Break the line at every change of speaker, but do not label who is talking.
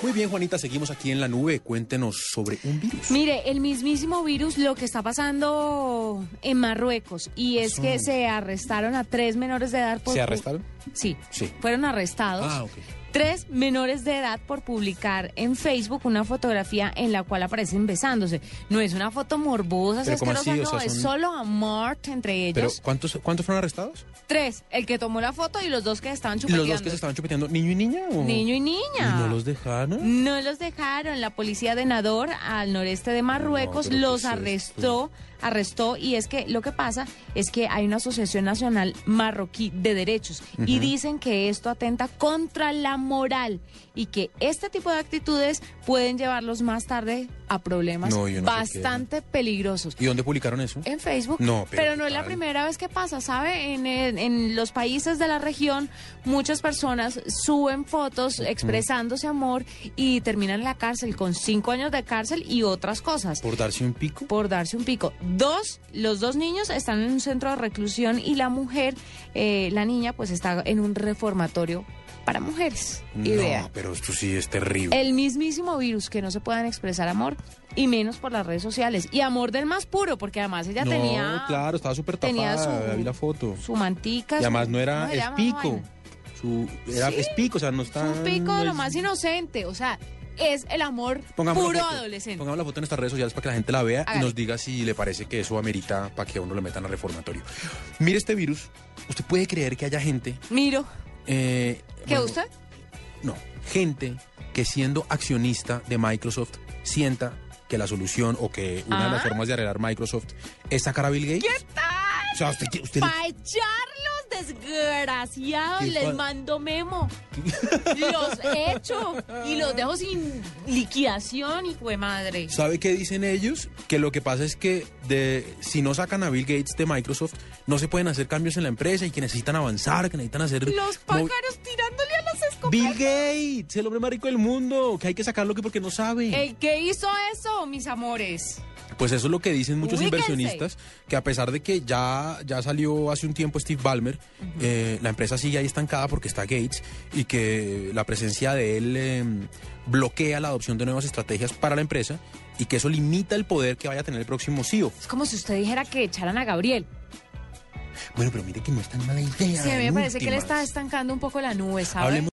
Muy bien, Juanita, seguimos aquí en la nube. Cuéntenos sobre un virus.
Mire, el mismísimo virus, lo que está pasando en Marruecos, y es que se arrestaron a tres menores de edad por...
¿Se arrestaron?
Sí,
Sí.
fueron arrestados.
Ah, ok.
Tres menores de edad por publicar en Facebook una fotografía en la cual aparecen besándose. No es una foto morbosa,
Pero
es
¿cómo
asquerosa,
así? O
no,
sea,
es
son-
solo amor entre
Pero
ellos.
¿cuántos, ¿cuántos fueron arrestados?
Tres, el que tomó la foto y los dos que estaban chupeteando.
¿Los dos que se estaban chupeteando, niño y niña? o-
Niño y
¿Y
niña. Mm.
no los dejaron?
No los dejaron. La policía de Nador, al noreste de
No,
Marruecos,
pero
los
¿qué es
arrestó, arrestó. Y es que lo que pasa es que hay una Asociación Nacional Marroquí de Derechos y dicen que esto atenta contra la moral y que este tipo de actitudes pueden llevarlos más tarde a problemas
No, yo no sé qué.
bastante peligrosos.
¿Y dónde publicaron eso?
En Facebook.
No, pero
pero,
¿qué
no es la
tal?
primera vez que pasa, ¿sabe? En, en- en los países de la región, muchas personas suben fotos expresándose amor y terminan en la cárcel con cinco años de cárcel y otras cosas.
¿Por darse un pico?
Por darse un pico. Dos, los dos niños están en un centro de reclusión y la mujer, eh, la niña, pues está en un reformatorio para mujeres. Y vea,
No, pero esto sí es terrible.
el mismísimo virus que no se puedan expresar amor y menos por las redes sociales. Y amor del más puro, porque además ella
no,
tenía
claro, estaba súper
tenía
tapada,
su-
vi la foto.
su mantica.
Y
su-
además no
¿cómo
era
se
es
llama esa
pico.
vaina?
Su, era
Sí.
es pico, o sea, no
Fue
está...
un pico de
no
lo
es-
más inocente, o sea, es el amor
Pongamos la
puro
foto.
adolescente.
Pongamos la foto en nuestras redes sociales para que la gente la vea y
Hágale.
nos diga si le parece que eso amerita para que a uno lo metan al reformatorio. Mire este virus. ¿Usted puede creer que haya gente...
Miro,
eh,
¿qué
bueno,
usted?
No, gente que siendo accionista de Microsoft sienta que la solución o que una de las
Ah.
formas de arreglar Microsoft es sacar a Bill Gates. ¿Qué tal? O sea, usted, que- usted-
Pa' echarlos desgraciados,
¿Qué pa-
les mando memo. los echo y los dejo sin liquidación, hijo de madre.
¿sabe qué dicen ellos? Que lo que pasa es que de, si no sacan a Bill Gates de Microsoft, no se pueden hacer cambios en la empresa y que necesitan avanzar, que necesitan hacer...
Los
mov-
pájaros tirándole a las escopetas.
Bill Gates, el hombre más rico del mundo, que hay que sacarlo que porque no sabe.
El que hizo eso, mis amores.
Pues eso es lo que dicen muchos
Ubíquense.
inversionistas, que a pesar de que ya, ya salió hace un tiempo Steve Ballmer, eh, la empresa sigue ahí estancada porque está Gates y que la presencia de él eh, bloquea la adopción de nuevas estrategias para la empresa y que eso limita el poder que vaya a tener el próximo E CEO.
Es como si usted dijera que echaran a Gabriel.
Bueno, pero mire que no es tan mala idea.
Sí, a mí me
en
parece que él está
últimas.
estancando un poco la nube, ¿sabes?
Hablemos